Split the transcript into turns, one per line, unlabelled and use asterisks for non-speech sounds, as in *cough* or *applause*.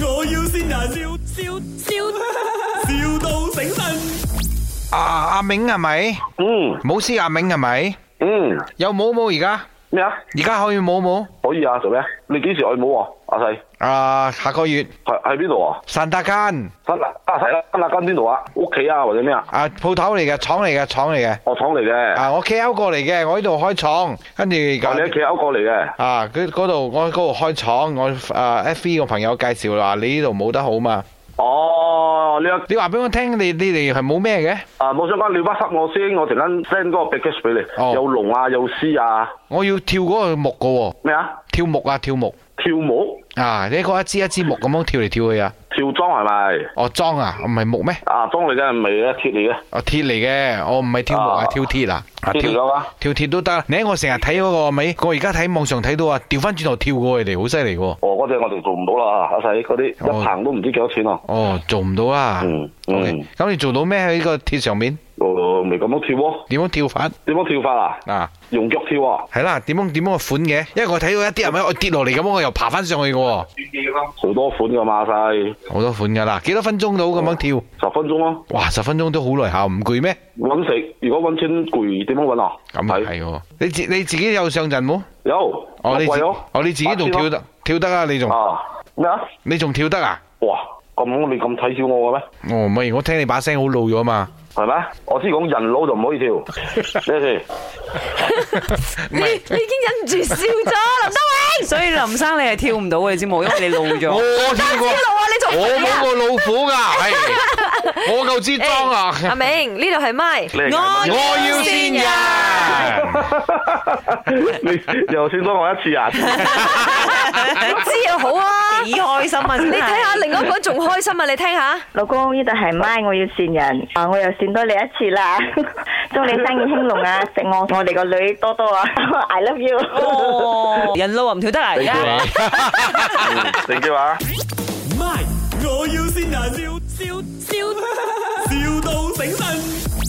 要先人，笑笑笑，,笑到醒 *laughs* 神。
啊，阿明係咪？
嗯
舞師阿明係咪？
嗯，
有舞舞而家？
咩啊？
而家可以舞舞？
可以啊，做咩？你幾時去冇啊？阿細
啊，下個月
喺喺邊度啊？
散達間
新啊，阿細啦，新啊，間邊度啊？屋企啊，或者咩啊？
啊，鋪頭嚟嘅，廠嚟嘅，廠嚟嘅。
我廠嚟嘅，
啊，我 K L 過嚟嘅，我呢度開廠，跟住
我哋
搞
喺企歐過嚟嘅。
啊，佢嗰度我喺嗰度開廠，我啊 à, F V 個朋友介紹話你呢度冇得好嘛，
哦，呢一
你話俾我聽，你你哋係冇咩嘅？
啊冇相關，你 WhatsApp 我先，我陣間 send 嗰個 package 俾
哦
你，有龍啊，有獅啊，
我要跳嗰個木噶喎，
咩啊？
跳木啊跳木
跳舞、
啊，你嗰一支一支木咁樣跳嚟跳去啊，
跳裝係咪？
哦裝啊，唔係木咩？
啊，裝嚟嘅唔係嘅，鐵嚟嘅，
哦鐵嚟嘅，我唔係跳木啊，
啊
跳鐵啊，啊
鐵嚟嘅嘛。
跳鐵都得。你睇我成日睇嗰個咪，我而家睇網上睇到啊，調翻轉頭跳過佢哋，好犀利喎。
哦，嗰只我哋做唔到啦，阿細嗰啲
哦
一棚都唔知幾多錢啊。
哦，做唔到啦。
嗯
OK，
嗯，
咁你做到咩喺個鐵上面？
哦，咪咁樣跳喎，
點樣跳法
點樣跳法啊？
啊？
用腳跳啊，
係啦，點樣點樣個款嘅？因為我睇到一啲人咪我跌落嚟咁，我又爬翻上去嘅喎，
好多款噶嘛，阿細
好多款噶啦，幾多分鐘到咁樣跳？
十分鐘咯。
哇，十分鐘都好耐下，唔攰咩？
揾食，如果揾錢攰，點樣揾啊？
咁又係喎，你自你自己有上陣冇？
有，
哦，你自
貴咯
哦你自己仲跳得跳得啊？你仲
啊？咩啊？
你仲跳得啊？
哇！咁你咁睇小我嘅咩？
哦，唔係，我聽你把聲好老咗嘛？
係咩？我知講人老就唔可以跳，
*laughs*
咩事？
你你已經忍唔住笑咗，林德榮。
所以林生你係跳唔到嘅，你知冇？因為你老
我
咗。
跳過，
老啊，你仲
我
肥
冇
啊
個老虎噶， *laughs* 係我夠支裝啊！ *laughs*
誒阿明呢度係咪？
你係
我要先人，
*laughs* 你又算咗我一次
*laughs*
啊？
你知啊好
*laughs*
啊，
幾開心啊！
你
你
睇下另外一個仲開心啊，你聽下。
老公呢度係咪我要善人啊！我又善多你一次啦， *laughs* 祝你生意興隆啊！食我我哋個女多多啊 *laughs* ！I love you。
哦，人老啊唔跳得啊，而家。
你嘅話。
*laughs* My，我要先人，笑笑笑，,笑到醒神。